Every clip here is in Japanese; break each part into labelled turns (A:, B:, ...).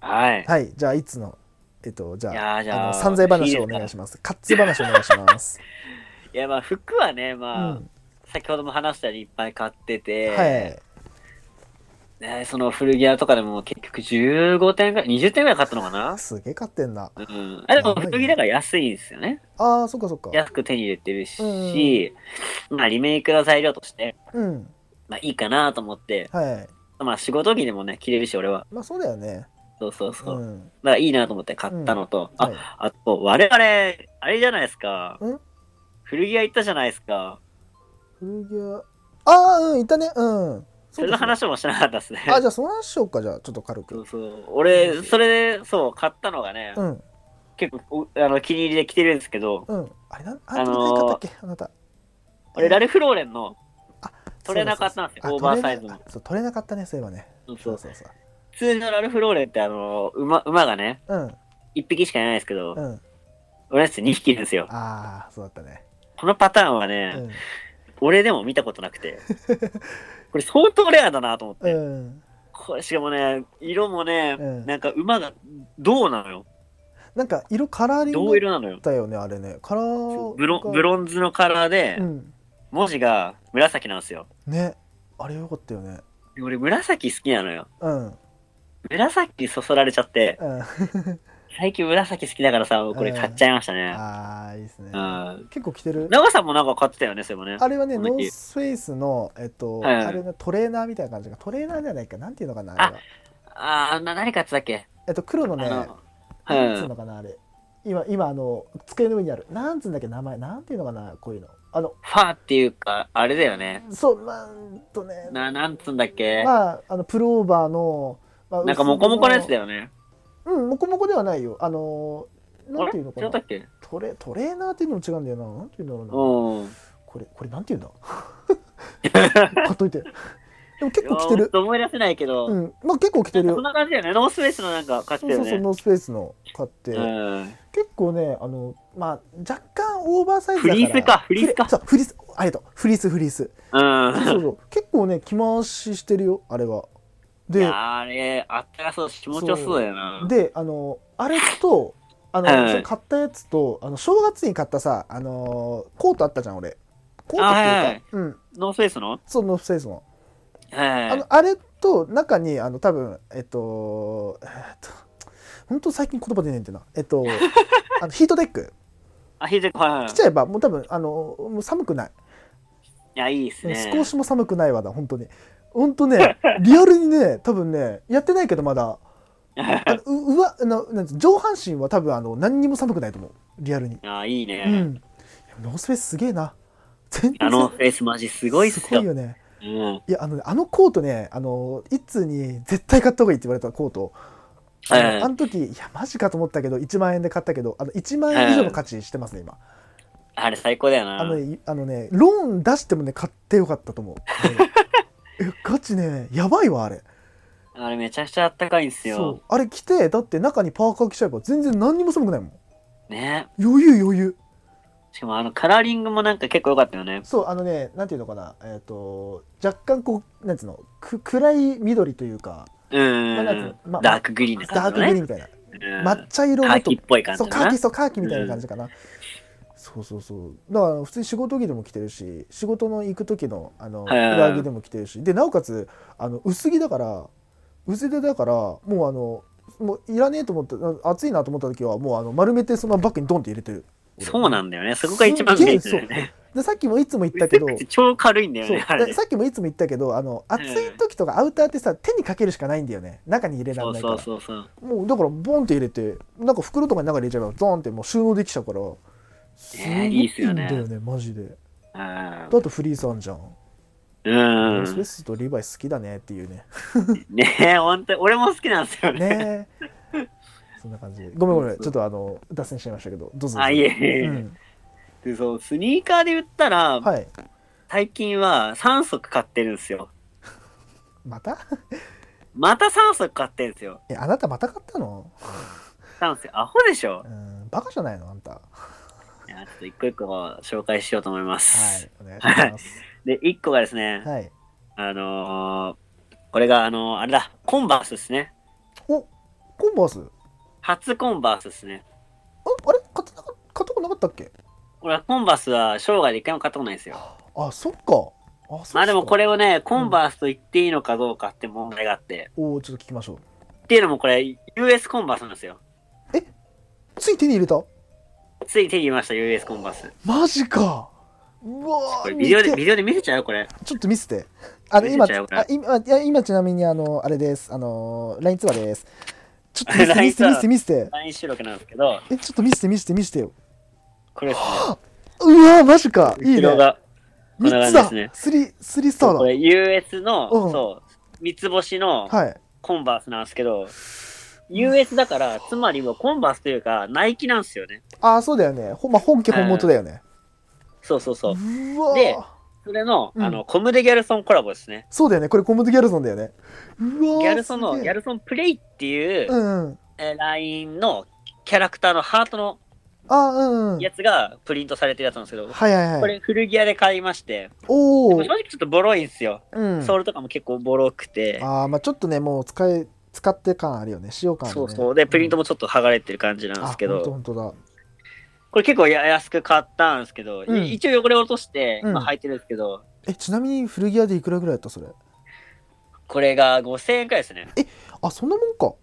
A: はい。
B: はい、じゃあ、いつの、えっと、じ
A: い
B: ゃ
A: や
B: あ、
A: ーじゃあ
B: あの散財話をお
A: いいです
B: 願
A: か
B: いします。カッツ話お願いします。
A: いや、まあ、服はね、
B: う
A: まあ、
B: ん、
A: 先ほども話したようにいっぱい買ってて、
B: はい。
A: ね、その古着屋とかでも結局15点ぐらい、20点ぐらい買ったのかな
B: すげえ買ってんな。
A: うん。あ、でも
B: やばいね
A: 古着だから安いんですよね。
B: ああ、そっかそっか。
A: 安く手に入れてるし、まあ、リメイクの材料として、
B: うん。
A: まあ、いいかなと思って、
B: はい。
A: まあ、仕事着でもね、着れるし、俺は。
B: まあ、そうだよね。
A: そうそうそうう。だか
B: ん。
A: らいいなと思って買ったのと、あ
B: はい、
A: あと、我々、あれじゃないですか
B: ん。
A: 古着屋行ったじゃないですか。
B: 古着屋。ああ、うん、いたね。うん。
A: それの話もしなかったですね。
B: あ、じゃあ、その話しようか、じゃあ、ちょっと軽
A: そ
B: く
A: う。そう。俺、それで、そう、買ったのがね、
B: うん、
A: 結構おあの気に入りで着てるんですけど、
B: うん。あれなん、あ
A: あ
B: れ、
A: のー
B: 何買ったっけあなた。
A: 俺、ラルフローレンの
B: そ
A: ト
B: うだそうだ、
A: レーナー買ったんですよ
B: あ
A: オーバーサイズの
B: トレーナーあそう、取れなかったね、そういえばね。
A: そう
B: そ
A: そうう
B: そうそう。
A: 普通のラルフローレンって、あの、馬馬がね、
B: うん、
A: 1匹しかいないですけど、
B: うん。
A: 俺のやつ2匹いるんですよ。
B: ああ、そうだったね。
A: このパターンはね、
B: うん。
A: 俺でも見たことなく て。これ相当レアだなと思って。
B: うん、
A: これしかもね、色もね、
B: うん
A: なんか馬がどうなのよ。
B: なんか色カラーリング
A: どう色なのよ
B: だっ。たよねあれねカラー
A: ブロンブ
B: ン
A: ロンズのカラーで、
B: うん
A: 文字が紫なんですよ。
B: ねあれよかったよね
A: で俺、紫好きなのよ。
B: うんうん
A: 紫そそられちゃって、最近紫好きだからさ、これ買っちゃいましたね。
B: ああいいですね
A: うん。
B: 結構着てる
A: 長さんもなんか買ってたよね、それもね。
B: あれはね
A: こ
B: ノ
A: の時
B: ースフェイスのえっと、
A: はいはい
B: あれのトレーナーみたいな感じがトレーナーじゃないかなんていうのかなあれは
A: あーな、何買ってたっけ
B: えっと黒のね
A: あの、
B: なんつ
A: う
B: うんの。かなあれ今今あの机の上にあるなんつうんだっけ名前なんていうのかなこういうのあの
A: ファーっていうか、あれだよね。
B: そうなんとね
A: な、なんつうんだっけ、
B: まああのプルオーバーの、まあ、
A: なんかモコモコのやつだ
B: よ
A: よね。
B: うんモコモコではないよあのなんていうの
A: あ
B: か
A: れ違
B: な
A: ったっけ
B: トレトレーナーっていうのも違うんだよな。なんていうんだろうな。
A: うん。
B: これ、これなんていうんだ 買っといて。でも結構着て
A: いやほん
B: る。
A: と思い出せないけど、
B: うん。まあ結構着てる
A: こん。な感じだよね。ノースウェイスのなんか買ってた
B: そう
A: よ
B: そう
A: ね。
B: そう、ノースペースの買って。
A: うん
B: 結構ね、あの、まあ若干オーバーサイズだか
A: フ
B: ら。
A: リースかフリースか
B: そう、フリース。ありがとう。フリース、フリース。
A: うん
B: そうそうそう。結構ね、着回ししてるよ、あれは。
A: い
B: で
A: や、ーあれ、あったかそうだし気持ちよさそうだよな。
B: で、あの、あれと、あの、
A: はい
B: それ買ったやつと、あの、正月に買ったさ、あのーコートあったじゃん、俺。コートっていうか、
A: あはいはい
B: うん。
A: ノースウェイスの
B: そう、ノースペースの。
A: はい
B: あのあれと中にあの多分えっとえっと本当最近言葉出ないんだよなえ っとあのヒートテック
A: あ、ひではいはい。
B: 来ちゃえばもう多分あのもう寒くない、
A: いや、いいっす
B: うん
A: ね。
B: 少しも寒くないわだ本当に本当ねリアルにね多分ねやってないけどま だあのううわあのなんて上半身は多分あの何にも寒くないと思うリアルに
A: あ、いいうね。
B: んノースフェイスすげえな全
A: あのフェイスマジすごいっす
B: すご
A: よ。
B: いよね
A: うん。
B: いやあのねあのコートねあのいつに絶対買った方がいいって言われたコートあの,、
A: はいはい
B: あの時いやマジかと思ったけど1万円で買ったけどあの1万円以上の価値してますね今、
A: あれ最高だよな。
B: あのねあのねローン出してもね買ってよかったと 思ううんえガチねやばいわあれ
A: あれめちゃくちゃあったかいんす
B: そう
A: よ。
B: あれ着てだって中にパーカー着ちゃえば全然何にも寒くないもん
A: ね。
B: 余裕余裕
A: しかもあのカラーリングもなんか結構良かったよね。
B: そうあのねなんていうのかなえっ、と若干こうなんつうのく暗い緑というか
A: うん
B: まあなんつう。のまあ
A: ダークグリーンな感
B: ダー
A: じ
B: クグ
A: の
B: リーン
A: ね。
B: みたいな
A: うん
B: 抹茶色
A: カ
B: の
A: ー
B: と
A: キっぽい感じ
B: そう
A: の
B: カーキ
A: な。
B: そうカーキみたいな感じかな、そうそうそうだから普通に仕事着でも着てるし仕事の行く時のあの
A: はいはいはい
B: 上着でも着てるしでなおかつあの薄着だから薄手だからもうあのもういらねえと思って暑いなと思った時はもうあの丸めてそのバッグにドンって入れてる
A: そうなんだよね。そこが一番メインだよね。
B: でさっきもいつも言っ
A: め
B: た
A: ち
B: け
A: ゃ
B: ど
A: くちゃ超軽いんだよ
B: そう
A: ね、あれ
B: で。さっきもいつも言ったけどあの暑い時とかアウターってさ手にかけるしかないんだよね中に入れら
A: そ
B: れ
A: う
B: ないか
A: そ
B: ら
A: うそうそう。
B: もうだからボンって入れてなんか袋とかに中に入れちゃえばゾーンってもう収納できちゃうからすご
A: えー
B: い
A: いい
B: い
A: っすよ
B: んだ
A: ね
B: よねマジで
A: うん
B: だってフリーさんじゃん、
A: う
B: スペー
A: ん。
B: スとリヴァイ好きだねっていうね
A: ねえ、本当に俺も好きなんですよね。
B: ね えそんな感じごめんごめんちょっとあの脱線しちゃいましたけどどうぞ
A: あ、いえいえいうえ
B: ん、
A: でそう、スニーカーで言ったら、
B: はい
A: 最近は3足買ってるんですよ。
B: また
A: また3足買ってるんですよ。
B: えあなたまた買ったの
A: 3足、アホでしょ
B: うんバカじゃないのあんたはい
A: やちょっと一個一個紹介しようと思います。
B: いお願いし ます
A: で、一個がですね、
B: はい
A: あのーこれが、あのーあれだ、コンバースですね。
B: おコンバース
A: 初コンバースですね。
B: ああれ買ってなか買ったことなかったっけ
A: 俺はコンバースは生涯で一回も買ったことないんですよ。
B: あそっかあ
A: まあでもこ
B: れ
A: れをね、コンバースと言っていいのかどうかって問題があって。
B: おおちょっと聞きましょう
A: っていうのもこれ、US コンバースなんですよ。
B: つい手に入れた
A: つい手に入れました、US コンバース。
B: マジかうわ
A: これ
B: ー
A: ビデオで、
B: 見て
A: ビデオで見せちゃうよこれ。
B: ちょっと見せてあの今
A: 見せちゃうこれ
B: あ今いや今ちなみにあのあれですあの LINE ツアーですち ょっと見せて
A: LINE
B: 見せて見せて見せて
A: LINE 収録なんですけど、
B: えちょっと見せて見せて見せてよ
A: これですね。
B: うわーマジかいいね
A: 色が。こんな感じ
B: 3つ
A: で
B: だ
A: すね
B: スリースリースター
A: こ
B: だ
A: れ US の、
B: うん
A: そう、三つ星の
B: はい
A: コンバースなんですけど、US だから、つまりもうコンバースというか、ナイキなんですよね。
B: ああそうだよねほ、まあ、本家本元だよね
A: そうそうそうう。
B: わー
A: でそれの、
B: うん
A: あの、コムデ・ギャルソンコラボですね。
B: そうだよねこれコムドギャルソンだよねうわー
A: ギャルソンの、
B: す
A: ギ
B: げ
A: ャ
B: え
A: ルソンプレイっていう、
B: うんうん
A: えーラインのキャラクターのハートの
B: あーうんうん
A: やつがプリントされてるやつなんですけど、
B: はいはい
A: こ
B: はい
A: れ古着屋で買いまして、
B: お
A: で
B: お
A: も正直ちょっとボロいんですよ。
B: うん
A: ソールとかも結構ボロくて、
B: ああまあちょっとねもう使え使って感あるよね使用感ある
A: そ
B: よ
A: う
B: ね
A: そう。で、プリントもちょっと剥がれてる感じなんですけ
B: あ
A: ど、
B: 本当本
A: これ結構や安く買ったんですけど、
B: うん
A: い一応汚れ落として、
B: うん
A: 今履いてるんですけど、
B: 当だえちなみに古着屋でいくらぐらいやったそれ
A: これが5000円くらいですね。
B: あそんなもんか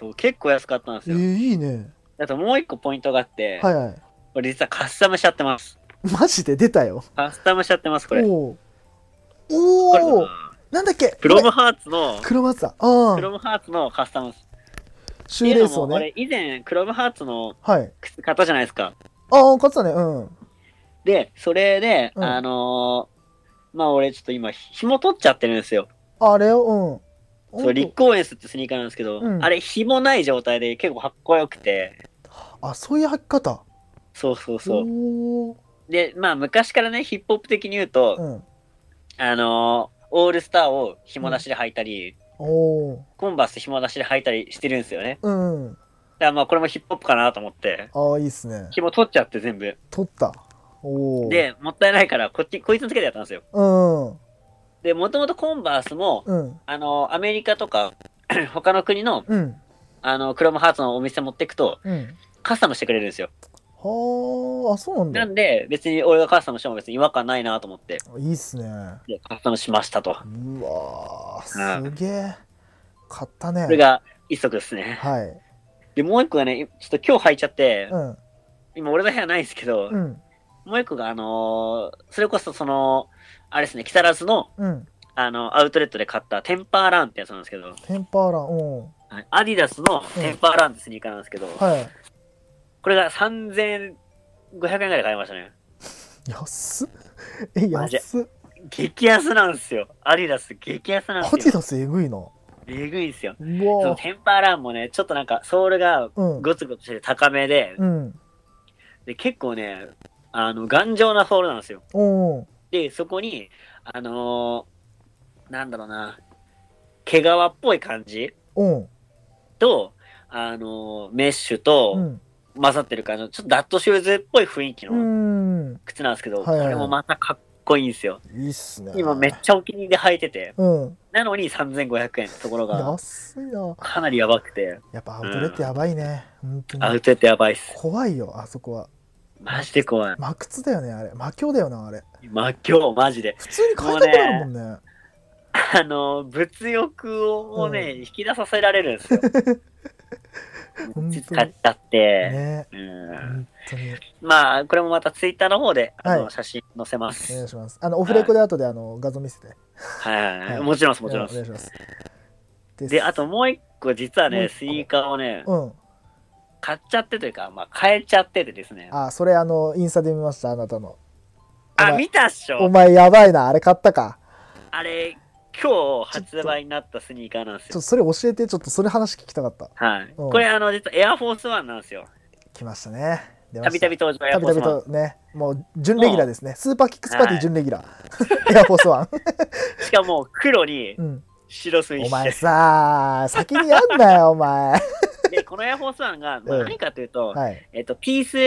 A: そう結構安かったんです
B: え
A: よ。
B: ー、いいね
A: あともう一個ポイントがあって、
B: はいはい
A: これ実はカスタムしちゃってます。
B: マジで出たよ
A: カスタムしちゃってます、これ。
B: おー
A: これ
B: おおなんだっけ
A: プロムハーツの、
B: クロマツだあ
A: クロ
B: あ
A: ムハーツのカスタムです。
B: シューレースを
A: っていう
B: ね
A: のも俺以前、クロムハーツの
B: はい
A: 靴買ったじゃないですか。
B: ああ買ってたねうん
A: で、それで、
B: うん
A: あのーまあ俺ちょっと今、紐取っちゃってるんですよ。
B: あれをうん
A: そう、
B: ほんと
A: リッコーエンスってスニーカーなんですけど、
B: うん
A: あれ紐ない状態で結構かっこよくて、
B: あそういう履き方
A: そうそうそう。
B: おー
A: で、まあ昔からね、ヒップホップ的に言うと、
B: うん
A: あのーオールスターを紐出しで履いたり、
B: おー
A: コンバース紐出しで履いたりしてるんですよね。
B: うん
A: だからまあこれもヒップホップかなと思って、
B: ああいいっすね
A: 紐取っちゃって全部。
B: 取ったおお
A: で、もったいないから、こっち、こいつのつけてやったんですよ。
B: うん
A: で、もともとコンバースも、
B: うん
A: あの、アメリカとか、 他の国の、
B: うん
A: あの、クロムハーツのお店持ってくと、
B: うん
A: カスタムしてくれるんですよ。
B: はあ、あ、そうなん
A: な
B: だ。
A: んで、別に俺がカスタムしても別に違和感ないなと思って、
B: いいっすね。
A: でカスタムしましたと。
B: うわ
A: う
B: ー、
A: ん
B: すげえ。買った
A: これ
B: ね。
A: が一足ですね。
B: はい。
A: で、もう一個がね、ちょっと今日履いちゃって
B: う、ん。
A: 今俺の部屋ないんですけど
B: う、ん。
A: もう一個があのーそれこそその、あれですね、木更津の、
B: うん。
A: あの、アウトレットで買ったテンパーランってやつなんですけど、
B: テンパーラン。うん。
A: はいアディダスのテンパーランってスニーカーなんですけど、
B: は
A: これが3500円ぐらいで買いましたね。
B: い。安っ。え、
A: マジ
B: 安っ。
A: 激安なんですよ。アディダス激安なん
B: ア
A: で
B: ディ
A: すよ。
B: ダスえぐいな。う
A: えぐいんですよ。その
B: わー
A: テンパーランもね、ちょっとなんかソールが
B: うん。
A: ゴツゴツして高めで、
B: うん。
A: で結構ね、あの頑丈なソールなんですよ。
B: おー
A: で、そこに、あのーなんだろうな、毛皮っぽい感じ
B: おー
A: と、あのーメッシュ
B: う
A: と
B: ん。
A: 混ざってる感じの、ちょっとダットシューズっぽい雰囲気
B: う
A: の
B: ん。
A: 靴なんですけど、
B: はいはい
A: これもまたかっこいいんですよ。
B: いいっすね。
A: 今めっちゃお気に入りで履いてて、
B: うん。
A: なのに3500円ってところが
B: 安い な。
A: かなりやばくて、
B: やっぱアウトレットやばいね。本当
A: アウ
B: に。
A: トレットやばいっす。
B: 怖いよ、あそこは。
A: マジで怖い。
B: 魔靴だよね、あれ。魔境だよな、あれ。
A: まあ今日マジで。
B: 普通に買いたくなるもんね。
A: あの、物欲をね、
B: う
A: 引き出させられるんです よ。
B: 本当に
A: 使っちゃって。
B: ね
A: うん
B: 本当に
A: まあ、これもまたツイッターの方で、あ
B: は
A: の、
B: い
A: 写真載せま
B: お
A: す。
B: 願いしますあのオフレコで後であの画像見せて
A: はいはいは
B: はい
A: い。もちろんです、もちろん
B: お
A: で
B: 願い
A: す。
B: します
A: で、あともう一個、実は
B: もう
A: ね、
B: 一個
A: スイカをね、
B: うん
A: 買っちゃってというか、まあ、買えちゃっててですね。
B: あそれあのインスタで見ましたあなたの
A: あ、
B: お前
A: 見たっし
B: お
A: ょ
B: 前やばいなあれ買ったか
A: あれ、今日発売になったスニーカーなんです
B: ちょ
A: よ
B: っと。それ教えてちょっとそれ話聞きたかった
A: はい。
B: うん
A: これ、あの、実はエアフォースワンなんですよ。
B: 来ましたね出ま
A: た
B: し
A: び
B: た
A: たび登場エ
B: た
A: ア
B: び
A: フォー
B: た
A: ス
B: び
A: ワン。
B: とねもう準レギュラーですねスーパーキックスパーティ
A: は
B: ー
A: い
B: 準レギュラー エアフォースワン
A: しかも、黒に
B: うん
A: 白スイッ
B: お
A: シ
B: 前
A: ュ。
B: さ先にやんなよお前
A: で、このエアフォースワンが、まあ
B: うん
A: 何かというと、
B: はい
A: えっと、ピース、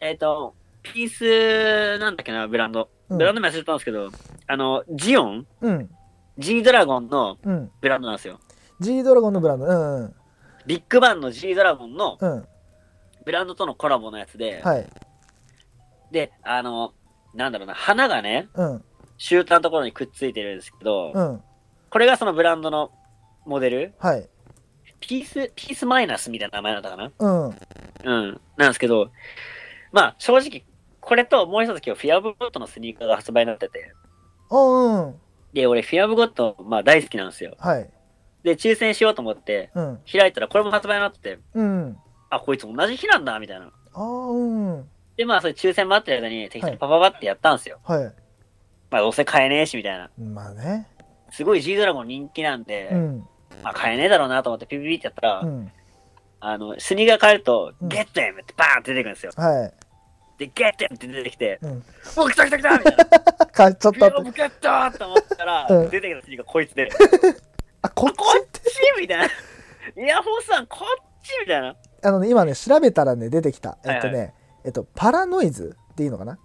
A: えっと、ピース、なんだっけな、ブランド。
B: うん
A: ブランド名忘れたんですけど、あの、ジオン
B: うん
A: ?G ドラゴンの
B: うん
A: ブランドなんですよ。
B: G ドラゴンのブランドうんうん
A: ビッグバンの G ドラゴンの
B: うん。
A: ブランドとのコラボのやつで、
B: はい。
A: で、あの、なんだろうな、花がね、
B: うん。
A: シューターのところにくっついてるんですけど、
B: うん。
A: これがそのブランドのモデル
B: はい。
A: ピース、ピースマイナスみたいな名前だったかな
B: うん。
A: うん。なんですけど、まあ正直、これともう一つ今日フィアブゴットのスニーカーが発売になってて、
B: あうん。
A: で、俺フィアブゴット、まあ大好きなんですよ。
B: はい。
A: で、抽選しようと思って、
B: うん。
A: 開いたらこれも発売になってて、
B: うん。
A: あ、こいつ同じ日なんだ、みたいな。
B: あーうん。
A: で、まあ、それ抽選待ってる間に適当にパパパってやったんですよ。
B: は
A: まあ、どうせ買えねえし、みたいな。
B: い。まあね。
A: すごい G ドラゴン人気なんで、
B: うん。
A: まあ、買えねえだろうなと思ってピピピってやったら、
B: うん。
A: あの、スニーカー買えると、
B: うん
A: ゲットエムってバーンって出てくるんですよ。
B: はい。
A: で、ゲットエムって出てきて、
B: うん。
A: お、来た来た来たみたいな。
B: 買っちゃっ
A: フ
B: た
A: ィア
B: って。
A: ブゲットと思ったら、
B: うん
A: 出てきたスニーカーこいつで、
B: あ、こっ
A: こ
B: ち
A: っちみたいな。イヤホンさん、こっちみたいな。
B: あのね、今ね、調べたらね、出てきた。
A: はい
B: えっとね、えっと、パラノイズっていうのかな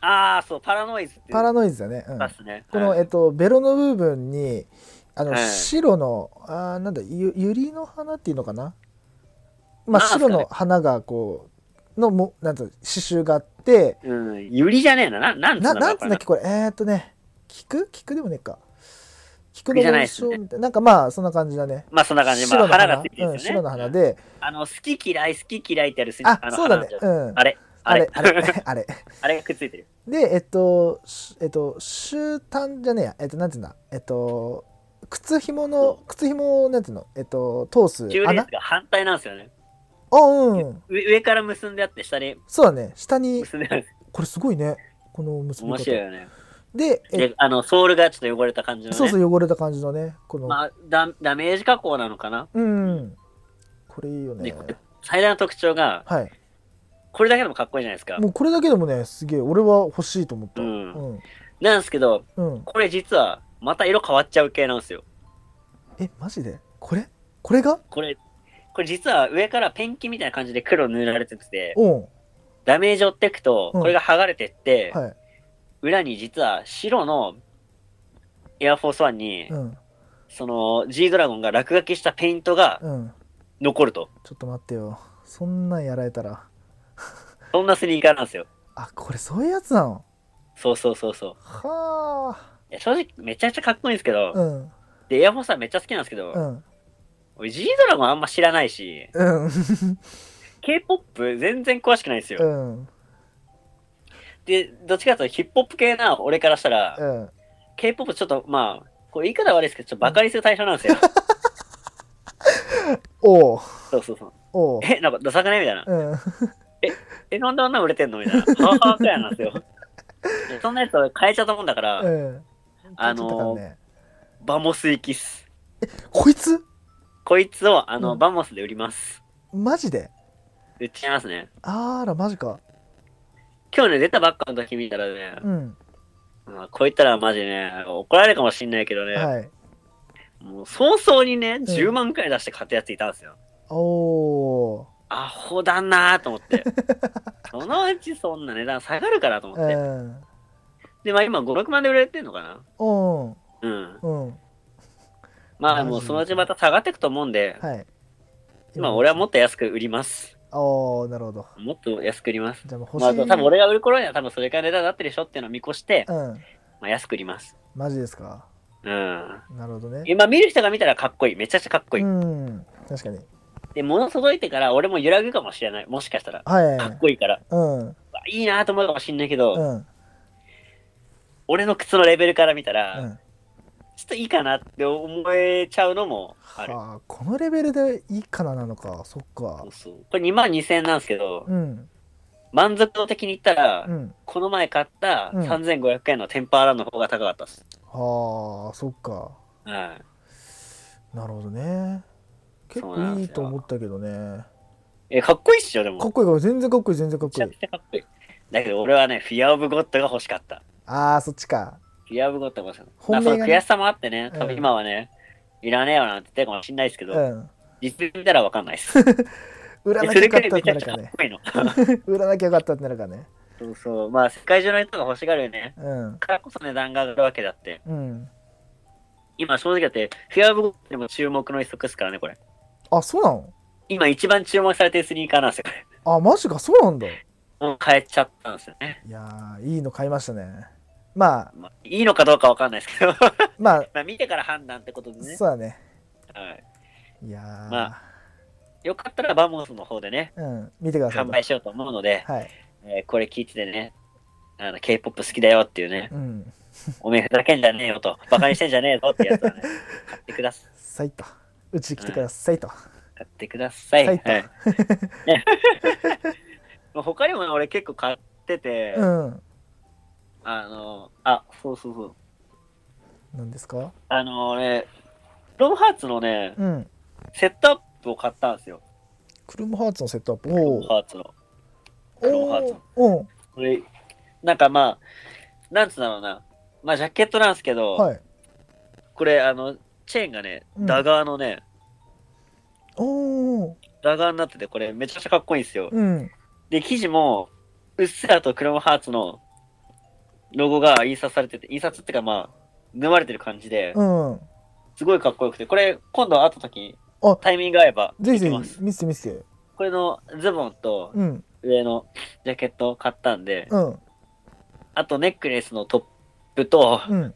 A: ああ、そう、パラノイズっていう。
B: パラノイズだね。うん。
A: パスね。
B: この、
A: はい
B: えっと、ベロの部分に、あの、
A: はい
B: 白の、あーなんだ、ゆ、ゆりの花っていうのかなま
A: な
B: あ、
A: んすかね
B: 白の花が、こう、の、も、なんと、刺繍があって、
A: うん、ユリじゃねえな。ななんつうん
B: な
A: だ
B: な
A: ろ
B: ん
A: う
B: つうんだっけこれえー、っとね菊菊でもねえか菊の
A: 菊じゃない
B: 紋
A: っすね
B: 章みたいな,、なんかまあそんな感じだね
A: まあそんな感じで、まあ、花がついてるん
B: うん、
A: ですよね。
B: 白の花で、
A: あの、好き嫌い、好き嫌いってあるスニー
B: あ
A: カーの
B: そうだね
A: 花なんじゃ
B: う
A: ない
B: ん
A: あれ、あ
B: あ
A: れ
B: れ、
A: あ
B: あ
A: れ、
B: れあれ
A: がくっついてる。
B: でえっとしえっと終端じゃねえやえっとなんつうんだえっと靴ひもの靴ひもをなんつうのえっと通す
A: 中レー
B: 穴
A: スが反対なんですよね。
B: あうん
A: 上上から結んであって、下に
B: そうだね下に
A: 結んである。
B: これすごいねこの結び
A: 面白い
B: 方
A: よね。
B: でえ
A: で、あの、ソールがちょっと汚れた感じのね。
B: そうそう汚れた感じのねこの、
A: まあダ、ダメージ加工なのかな
B: うんこれいいよ
A: で
B: ね
A: これ最大の特徴が、
B: はい
A: これだけでもかっこいいじゃないですか。
B: もうこれだけでもねすげえ俺は欲しいと思った
A: う。
B: うんん、
A: なんですけど、
B: うん、
A: これ実は、また色変わっちゃう系なんですよ。
B: えマジでこれこれが
A: これ、これ実は上からペンキみたいな感じで黒塗られてて、
B: うんは
A: ダメージを負っていくと、
B: うん
A: これが剥がれてって、
B: い
A: 裏に実は白のエアフォースワンに、
B: うん
A: その G ドラゴンが落書きしたペイントが
B: うん
A: 残ると。
B: ちょっと待ってよそんなんやられたら
A: そんなスニーカーなんですよ。
B: あこれそういうやつなの
A: そうそうそうそう。
B: はあ
A: いや正直めちゃくちゃかっこいいんですけど、
B: うん
A: で、エアフォースワンめっちゃ好きなんですけど、
B: うん
A: 俺 G ドラゴンあんま知らないし、
B: うん
A: K-POP 全然詳しくないんですよ。
B: うん
A: で、どっちかというとヒップホップ系な俺からしたら、
B: うん
A: K-POP ちょっとまあ、これ言い方悪いですけど、ちょっとバカにする対象なんですよ。
B: おう
A: そうそうそう。
B: おう
A: え、なんかダサくないみたいな。
B: うん
A: え、なんであんな売れてんのみたいな。ハーハーくらいなんですよ。そんなやつを変えちゃったもんだから、
B: うん
A: あのー
B: ちょっとね
A: バモス行きっす。
B: こいつ
A: こいつを、あの、
B: うん
A: バモスで売ります。
B: マジで
A: 売っちゃいますね。
B: あらマジか
A: 今日ね、出たばっかの時見たらね、
B: うん
A: まあこう言ったらマジね、怒られるかもしんないけどね、
B: はい
A: もう早々にね、10万くらい出して買ったやついたんですよ。
B: おお
A: アホだなと思 って。そのうちそんな値段下がるからと思
B: う
A: って。
B: ん
A: で、まあ今5、6万で売られてんのかな
B: うん
A: うん。
B: うん
A: まあ
B: マジ
A: もうそのうちまた下がっていくと思うんで、
B: はい
A: 今俺はもっと安く売ります。
B: おーなるほど
A: もっと安く売ります。
B: じゃあもう
A: まあ、
B: 欲しい、
A: 多分俺が売る頃には多分それから値段になってるでしょっていうのを見越して、
B: うん
A: まあ、安く売ります。
B: マジですか
A: うん。
B: なるほどね
A: 今見る人が見たらかっこいい。めちゃくちゃかっこいい。
B: うん確かに
A: で、物届いてから俺も揺らぐかもしれない。もしかしたら。
B: はい
A: かっこいいから。
B: うん
A: うわいいなと思うかもしんないけど、
B: うん
A: 俺の靴のレベルから見たら、
B: うん
A: ちょっといいかなって思えちゃうのもある。
B: はあこのレベルでいいかななのかそっか
A: そうそうこれ2万2000円なんですけど、
B: うん
A: 満足度的に言ったら、
B: うん
A: この前買った
B: うん
A: 3500円のテンパーランの方が高かったっす。
B: はあそっか
A: は
B: なるほどね結
A: そうなん
B: 構い
A: で
B: い
A: すよ
B: と思ったけどね
A: い。え、かっこいいっしょ、でも。
B: か
A: め
B: っこいいかっこいい全然かっこいい全然かっ
A: ち
B: こい
A: ゃ
B: い
A: くちゃかっこいい。だけど俺はね、フィア・オブ・ゴッドが欲しかった。
B: あーそっちか
A: フィア・オブ・ゴッドが欲しかった。
B: 本命が
A: まあ
B: ね
A: その悔しさもあってね、
B: うん
A: 多分今はね、いらねえよなんて言ってるかもしんないですけど、
B: うん
A: 実際見たらわかんないっ す。
B: 売ら
A: え
B: な
A: そ
B: きゃ
A: れ
B: よか
A: くら
B: っ
A: い
B: た っ
A: めち
B: て
A: ゃ
B: な
A: く
B: る
A: ちゃ
B: か
A: かっ
B: ね
A: こいいの。
B: 売らなきゃよかったってなるかね
A: そうそう。まあ、世界中の人が欲しがるよね。
B: うん
A: からこそ値段が上がるわけだって。
B: うん
A: 今正直だって、フィアーブゴッドでも注目の一足ですからね、これ。
B: ああ、そうなの
A: 今一番注目されてるスニーカーなんですよ、これ。
B: あ、マジか、そうなんだ。い
A: もう変えちゃったんですよね。
B: やー、いいの買いましたね。まあ、
A: まあ、いいのかどうかわかんないですけど。
B: まあ、
A: まあ見てから判断ってことでね。
B: そうだね。
A: はい、
B: いやー、
A: まよかったらバモスの方でね、
B: うん、見てください
A: 販。売しようと思うので、
B: はい。
A: えーこれ聞いててね、あの K-POP 好きだよっていうね、
B: うん、
A: おめえふざけんじゃねえよと、バカにしてんじゃねえぞってやつ はね、買ってください。
B: さいと。うち来てくださいと。
A: 買ってください。
B: は
A: はいい。ね まあ他にもね俺結構買ってて、
B: うん。
A: あの、あ、そうそうそう。
B: なんですか
A: あの、俺、ロムハーツのね、
B: うん。
A: セットアップを買ったんですよ。
B: クルムハーツのセットアップ。
A: ロ
B: お
A: ム
B: ー
A: ハーツの。クルムハーツ
B: おー。
A: これ、なんかまあ、なんつうんだろうな。まあ、ジャケットなんですけ
B: う
A: ど、
B: ん。はい。
A: これ、あの、チェーンがね、
B: うん
A: ダガーのね、
B: おー。
A: ダガーになってて、これめちゃくちゃかっこいいんですよ。
B: うん。
A: で、生地も、うっすらとクロムハーツのロゴが印刷されてて、印刷っていうかまあ、縫われてる感じで、
B: うん。
A: すごいかっこよくて、これ、今度会った時
B: あ、
A: タイミング合えば、
B: ぜひぜ
A: 行きます
B: ひ、見せて見せて。
A: これのズボンと
B: うん。
A: 上のジャケットを買ったんで、
B: うん。
A: あとネックレスのトップと、
B: うん。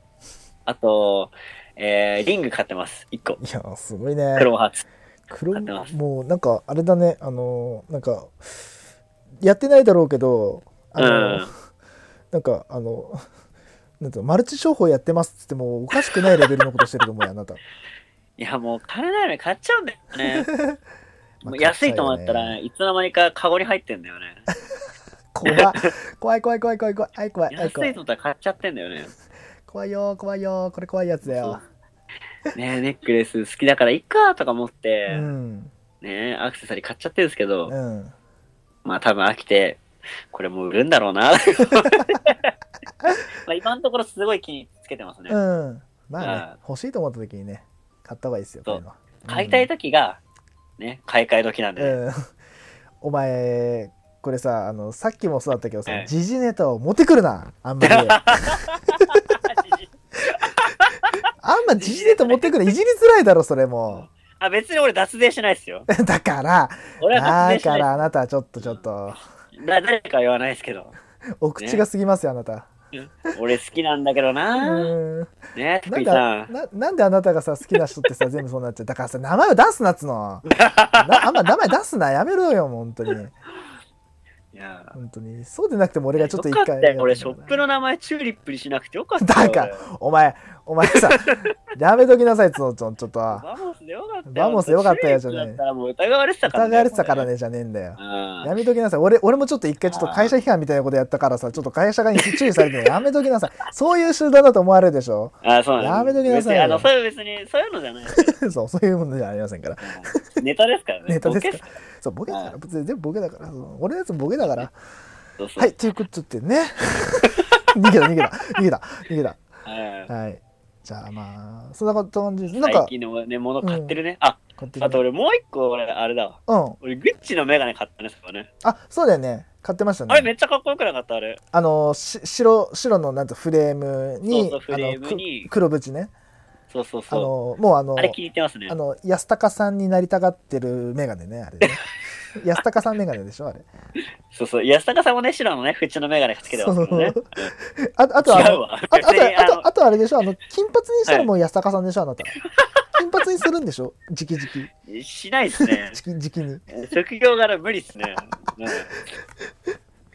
A: あと、えー、リング買ってます。1個。
B: いやー、すごいね
A: ク。ロムハーツ。
B: 黒
A: 買ってます
B: もうなんかあれだねあのーなんかやってないだろうけどあのー、
A: うん
B: なんかあの なんていうのマルチ商法やってますっつってもおかしくないレベルのことしてると思うよあ なた
A: いや、もう金ないのに買っちゃうんだよね。
B: ま
A: も
B: あ
A: う安いと思った
B: 買っちゃうよ
A: ら、いつの間にかカゴに入ってんだよ ね。
B: 怖い怖い怖い怖い怖い怖い怖い怖い怖
A: 安
B: い
A: いと
B: 怖い
A: 思ったら買っちゃってんだよね。
B: 怖いよ怖いよこれ怖いやつだよ
A: ねえ、ネックレス好きだからいっかとか思っ
B: う
A: て、
B: ん
A: ねえ、アクセサリー買っちゃってるんですけど、
B: うん
A: まあ多分飽きて、これもう売るんだろう な。まあ今のところすごい気につけてますね。
B: うんまあね
A: あ
B: 欲しいと思った時にね買った方がいいですよこ
A: そう
B: ういうのは
A: 買いたい時が、ね、買い替え時なんでね、
B: うん、お前これさあのさっきもそうだったけどさ
A: ええ
B: 時事ネタを持ってくるなあんまり あんま時事ネタ持ってくるないじりづらいだろそれも
A: あ、別に俺脱税しないですよ。
B: だから
A: 俺は脱
B: だ
A: 税しな
B: か
A: い。だ
B: らあなたはちょっとちょっと
A: 誰かは言わないですけど、
B: お口が過ぎますよあなた
A: 俺好きなんだけどな。
B: うん
A: ね、
B: な
A: 福
B: ん
A: 井
B: で
A: さん。
B: ななんであなたがさ好きな人っ てさ全部そうなっちゃうだからさ名前を出すなっつのなあんま名前出すなやめろよもう本当に
A: いや
B: 本当にそうでなくても俺がちょっと一
A: よか
B: 回
A: ったよ俺ショップの名前チューリップにしなくてよかったよ
B: だからお前、お前 さ、やめときなさい、つのちょん、ちょっと。
A: 俺バモスでよかったよ
B: バモスでよかったよ
A: チューリップ
B: じゃねえ
A: だったらもう疑われてたから
B: 疑われてたからね、じゃねえんだよ
A: う。ん
B: やめときなさい。俺、俺もちょっと一回ちょっと会社批判みたいなことやったからさ、ちょっと会社側に注意されて、やめときなさい。そういう集団だと思われるでしょ
A: あそう
B: や
A: なん
B: め
A: です
B: ときなさいよ
A: 別にあのそういう別にそういうのじゃないですよ
B: そう、そういうものじゃありませんから。
A: うんネタですからね
B: ネタ
A: ボ
B: です
A: ケ
B: か
A: っ
B: ら。そう、ボケだから。全部ボケだから。そう俺のやつもボケだから。
A: そうそう
B: はい、ということでね。 逃げた、逃げた、逃げた、逃げた。
A: うん
B: はい。じゃあまあ、そんな感じです。なん
A: 最
B: か、
A: 近のねもの買ってるねあ
B: 買って
A: あと
B: る
A: 俺もう一個俺あれだわ
B: うん。
A: 俺グッチのメガネ買ったねそこね
B: あ、そうだよね。買ってましたね。
A: あれめっちゃかっこよくなかったあれ
B: あのし白白のなんとフレームに
A: そうそうフレームに
B: あのく黒縁ね
A: そうそう
B: あ
A: そう
B: のもうあの
A: あれ気に入ってますね
B: あの安高さんになりたがってるメガネね あれね安高さんメガネでしょあれ
A: そうそう安坂さんもね白のね縁のメガネつけてますからね
B: そうああとあ
A: 違う
B: のあ
A: わ
B: あ
A: 別に
B: とあ
A: あの
B: とあとあれでしょあの金髪にした ら
A: はい
B: もう安高さんでしょあ なた金髪にするんでしょじきじき
A: しないです ね
B: じきじきに
A: 職業柄無理っすね、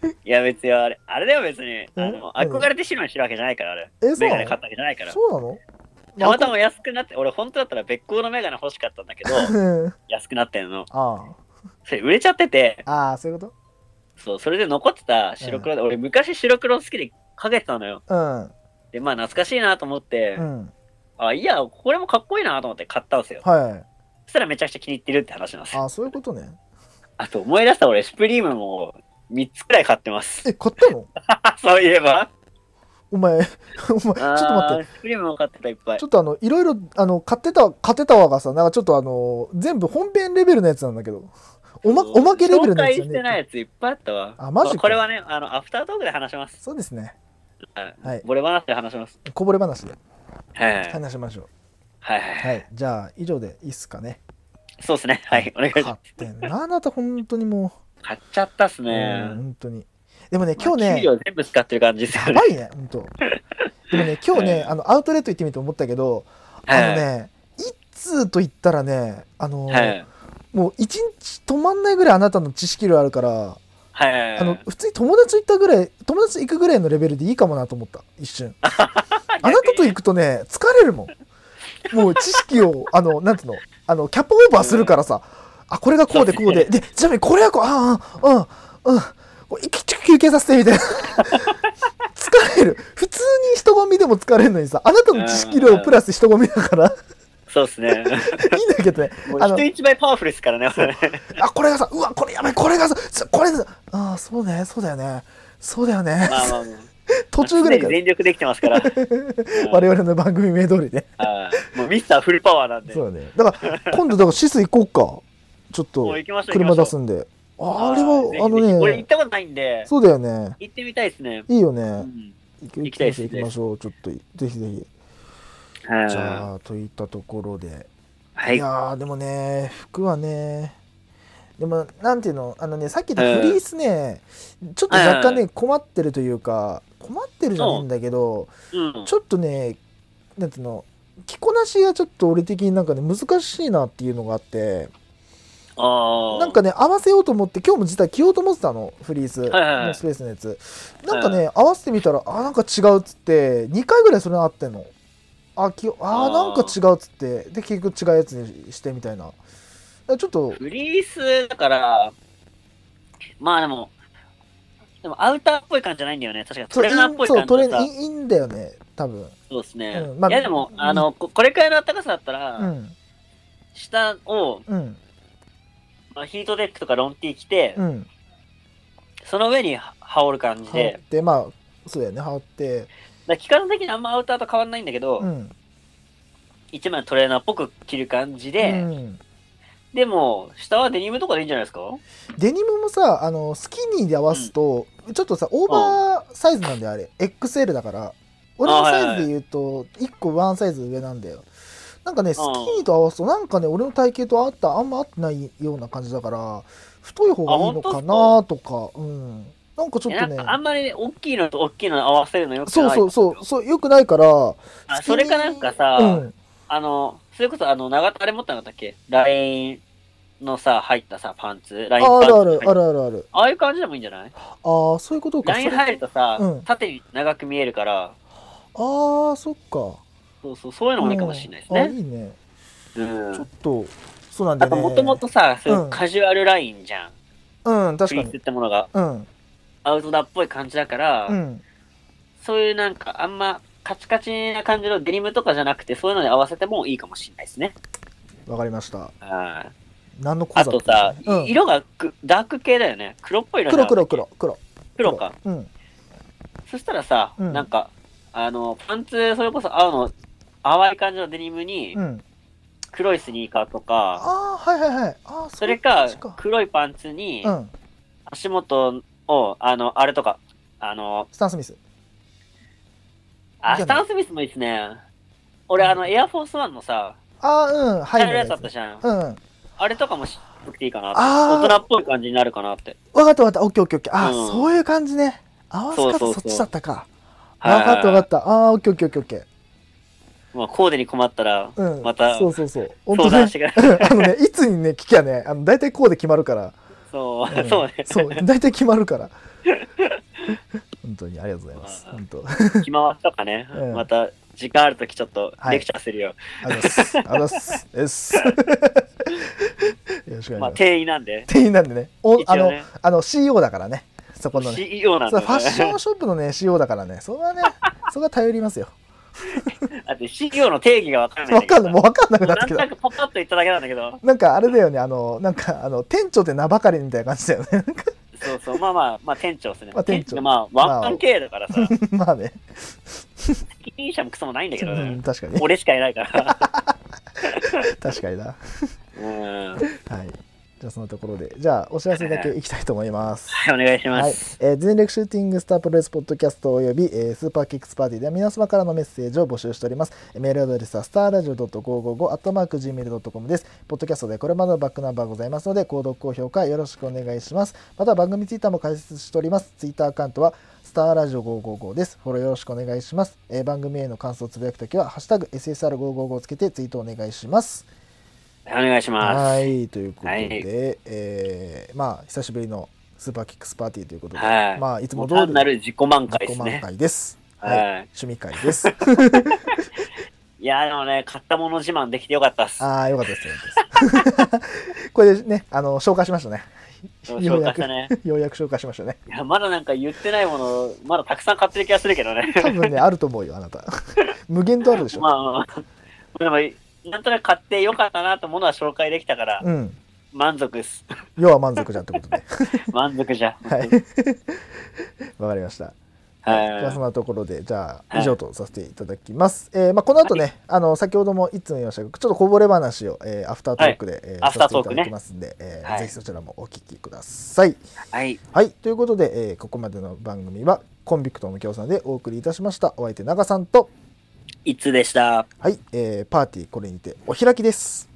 A: うんいや別にあれあれだよ別にあの
B: うん
A: 憧れて白にしてるわけじゃないからあれ
B: えそう
A: メガ
B: な
A: ネ
B: の
A: 買ったわけじゃないから
B: そうなの
A: たまたま安くなって俺本当だったら別行のメガネ欲しかったんだ けど
B: うん
A: 安くなってんの
B: あ
A: それ売れちゃってて
B: あああそういうこ
A: そうそれで残ってた白黒で、俺昔白黒好きでかけてたのよ
B: とうん
A: でまあ懐かしいなと思って、
B: うん
A: あいやこれもかっこいいなと思って買ったんですよ
B: はい
A: そしたらめちゃくちゃ気に入ってるって話なんですよ
B: ああそういうことね
A: あと思い出した俺シュプリームも3つくらい買ってます
B: え買ったの
A: そういえば
B: お前 お 前ちょっと待って
A: て。シュプリームも買ってたいっぱい
B: ちょ。っとあの、いろいろ、あの、買ってた、買ってたわがさ、なんかちょっとあの、全部本編レベルのやつなんだけど。おま、おまけレベルのやつ
A: 紹介してないやついっぱいあったわ。
B: あマジか
A: これはね、あの、アフタートークで話します。
B: そうですね。
A: はい。
B: はい。
A: ボレ話で話します。
B: こぼれ話で
A: はい。はい
B: 話しましょう。
A: はい。
B: はい。じゃあ、以上でいいっすかね。
A: そうですね。はい。お願いし
B: 買
A: ま
B: っ
A: す。
B: てんなあなた本当にも
A: 買っちゃったっす
B: う、
A: ね
B: うん。本当にでもね
A: まあ
B: 今日ね
A: 給料全部使ってる感じですよ
B: や
A: ね
B: ば。いね本当でもね今日ね、
A: はい
B: あのアウトレット行ってみて思ったけどあのね一通と言ったらねあの、
A: はい。はい。
B: もう一日止まんないぐらいあなたの知識量あるから
A: はい。
B: あの普通に友達行ったぐらい友達行くぐらいのレベルでいいかもなと思った 一瞬あなたと行くとね疲れるもんもう知識をあのなんていうのあのキャップオーバーするからさあこれがこうでこうででちなみにこれはこうああああうんうん一気休憩させてみたいな 疲れる普通に人混みでも疲れるのにさあなたの知識量プラス人混みだから
A: そうです ね。
B: いいんだけどね
A: もう
B: あの
A: 人一倍パワフルですからね、俺ね
B: あこれがさうわこれやばいこれがさつこれだああそうねそうだよねそうだよね
A: まあまあまあ。
B: 途中ぐらい
A: 常
B: か
A: に全
B: ら
A: 力できてますから。
B: 我々の番組名通り ね
A: はいもうミスターフルパワーなんで。
B: そうだねだから今度だからシス行こうかちょっ
A: も
B: と
A: う行きましょう
B: 車出
A: 行き
B: す
A: ましょ
B: んで
A: う
B: あれ
A: ぜひ
B: はあの
A: ぜひ俺行
B: ね
A: ったことないんで、
B: そうだよね
A: 行ってみたいですね。
B: いいよ
A: う
B: ね
A: ん。
B: 行
A: 行きたいです
B: 行きましょうちょっとぜひぜひじ
A: は
B: ゃあといったところでい
A: い。
B: やーでもね服はねでもなんていうのあのねさっき言ったフリースねちょっと若干
A: はいはい
B: ね困ってるというか困ってるじゃないんだけど
A: うん
B: ちょっとね、なんていうの、着こなしがちょっと俺的になんかね、難しいなっていうのがあって、
A: ああ。
B: なんかね、合わせようと思って、今日も実は着ようと思ってたの、フリース
A: はいはい
B: のスペースのやつ。なんかね、合わせてみたら、あ、なんか違うっつって、2回ぐらいそれあってんの。あ、着よあ
A: あ
B: ー、
A: ー
B: なんか違うっつって、で、結局違うやつにしてみたいな。ちょっと、
A: フリースだから、まあでも、でもアウターっぽい感じじゃないんだよね。確かトレーナーっぽい
B: そう、
A: 感
B: ト
A: じ
B: レ
A: で
B: ー
A: さ
B: い。いいんだよね、多分。
A: そうですね。
B: うんまあ
A: いやでも
B: う、ん
A: あの、ここれくらいの暖かさだったら、
B: うん、
A: 下を、
B: うん、
A: まあ、ヒートテックとかロンティー着て、
B: うん。
A: その上には羽織る感じ
B: 羽織
A: で
B: っ、て、まあ、そうだよね、羽織っ
A: だ
B: て、
A: から期間的にあんまアウターと変わんないんだけど、
B: うん、
A: 一枚のトレーナーっぽく着る感じ
B: う
A: で、
B: ん。
A: でも、下はデニムとかでいいんじゃないですか
B: デニムもさあのスキニーで合わすと、ちょっとさオーバーサイズなんであれ XL だから俺のサイズで言うと1個ワンサイズ上なんだよなんかねスキニーと合わすとなんかね俺の体型と合ったあんま合ってないような感じだから太い方がいいのかなとかうんなんかちょ
A: い
B: っ
A: や
B: と
A: な
B: ね
A: んかあんまりね、大きいのと大きいの合わせるのよく
B: そう
A: ない
B: そうそうそうよくないから
A: あ
B: スキ
A: そ
B: ニー
A: れかなんかさ、
B: うん
A: あの、それこそ、あの、長田あれ持ったのだっけラインのさ、入ったさ、パンツライン
B: あ
A: パン
B: あ
A: ツ
B: るあるあ
A: あ
B: るあるある
A: あいう感じでもいいんじゃない
B: ああそういうことか
A: ラ
B: そ
A: イン
B: れ
A: 入るとさ、
B: うん
A: 縦に長く見えるから、
B: ああそっか
A: そうそう、そういうのもいいかもしれないです
B: うんあ
A: ね。
B: いいね
A: うん。
B: ちょっとそうなんだ
A: あ
B: よ
A: と、
B: ね
A: もともとさ、そういううんカジュアルラインじゃん。
B: うん
A: フ
B: 確か
A: リース
B: に
A: ってものが、
B: うん
A: アウトドアっぽい感じだから、
B: うん
A: そういうなんか、あんま、カチカチな感じのデニムとかじゃなくて、そういうのに合わせてもいいかもしれないですね。
B: わかりました
A: あ
B: 何の講
A: あ
B: 座
A: と
B: だった
A: さ、
B: うん
A: 色がくダーク系だよね。黒っぽい色だ
B: 黒
A: よ
B: 黒黒黒
A: 黒か。
B: うん
A: そしたらさ、
B: うん
A: なんか、あの、パンツ、それこそ青の、淡い感じのデニムに
B: う、ん
A: 黒いスニーカーとか、
B: ああはいはいはいああ
A: それか
B: そっち、
A: 黒いパンツに
B: う、ん
A: 足元を、あの、あれとか、あの、
B: スタンスミス
A: あ、
B: じゃあね
A: スタン・スミスもいいっすね。俺、あの、エアフォースワンのさ、
B: ああうんは
A: 茶
B: い
A: 色いやつあったじゃん。
B: うんうん
A: あれとかもしっぽくていいかなって。
B: あー
A: 大人っぽい感じになるかなって。
B: わかったわかったオッケーオッケーオッケーああ
A: うん
B: そういう感じね合わせ
A: そうそ
B: 方
A: うそ
B: そうっちだったかわかったわか
A: は
B: ったああオッケーオッケーオッケーオッケー
A: いまあ、コーデに困ったら、
B: うん、
A: また
B: そうそうそう本
A: 相
B: 当
A: 談し
B: ね
A: てくれ。
B: あのねいつにね聞きゃねあの大体こうで決まるから
A: そうう、
B: ん
A: そうね。
B: そう大体決まるから 本当にありがとうございます
A: まあ
B: 本当
A: 暇はとかね
B: うん、
A: また、時間あるときちょっと
B: は、い
A: レクチャーするよ。
B: ありがとうございます。ありがとうございます。 です。よろしくお
A: ま
B: 願
A: あ、
B: いします。
A: 店員なんで。
B: 店員なんでね。お、
A: 一
B: あ
A: 応
B: の
A: ね、
B: あの CEO だからね。そこのね。
A: CEO なん
B: そ
A: だ
B: うファッ ショ
A: ね。
B: ンショップのね CEO だからね。そこ はね、そこは頼りますよ。
A: だって CEO の定義がわかんない
B: わ
A: んだけ
B: か
A: どさ。
B: んない、もうわかんなくな
A: な
B: って
A: んと
B: きた
A: な。くパパッと言っただけなんだけど。
B: なんかあれだよね、あの、なんかあの、店長って名ばかりみたいな感じだよ ね。
A: そうそう、まあまあ、まあ店長ですね。
B: まあ店長
A: まあ、ワンパン経営だからさ、
B: まあね。
A: 責任者もクソもないんだけど
B: う
A: ね
B: ん。確かに。
A: 俺しかいないから。
B: 確かにな。
A: うん。
B: はい。じゃあそのところで、じゃあお知らせだけいきたいと思います。
A: はい、お願いしま
B: はい
A: す。、
B: えー全力シューティングスタープロレスポッドキャストおよび、えースーパーキックスパーティーでは皆様からのメッセージを募集しております。えーメールアドレスはスターラジオ .555-gmail.com です。ポッドキャストでこれまでのバックナンバーございますので、購読、高評価よろしくお願いします。また番組ツイッターも開設しております。ツイッターアカウントはスターラジオ555です。フォローよろしくお願いします。えー番組への感想をつぶやくときは、ハッシュタグ SSR555 をつけてツイートお願いします。
A: お願いしま
B: はい、ということで、
A: はい
B: えーまあ、久しぶりのスーパーキックスパーティーということで、
A: はい
B: まあ、い
A: す。
B: つ
A: も
B: も
A: う
B: 通り
A: 単なる自己満
B: 自
A: 開で
B: 己
A: す
B: 満
A: ね。
B: 開です。はい、
A: はい。
B: 趣味会です。
A: いやー、でもね、買ったもの自慢できてよかったっす。
B: ああ、よかったです、よかったです。 これでね、あの、消化しましたね。
A: そう
B: よ
A: 紹
B: う
A: 介
B: やく
A: したね。
B: ようやく消化しましたね。
A: いや、まだなんか言ってないもの、まだたくさん買ってる気がするけど ね。
B: 多分ね、あると思うよ、あなた。無限とあるでしょ。
A: まあまあまあ、でも、なんとなく買ってよかったなとものは紹介できたから、
B: うん。
A: 満足っす。
B: 要は満足じゃんってことで。
A: 満足じゃ。
B: はい。わかりました。じゃあそん
A: は
B: なところで、じゃあ
A: はい
B: 以上とさせていただきます。えーまあ、この後ね、あの先ほどもいつも言いましたが、ちょっとこぼれ話を、えーアフタートークで、えー
A: アフタートークね
B: させていただきますんで、えー
A: はい
B: ぜひそちらもお聞きください。
A: い。はい。
B: はい、ということで、えーここまでの番組はコンビクトの協賛でお送りいたしました。お相手長さんと、
A: いつでした。
B: はい、えーパーティーこれにてお開きです。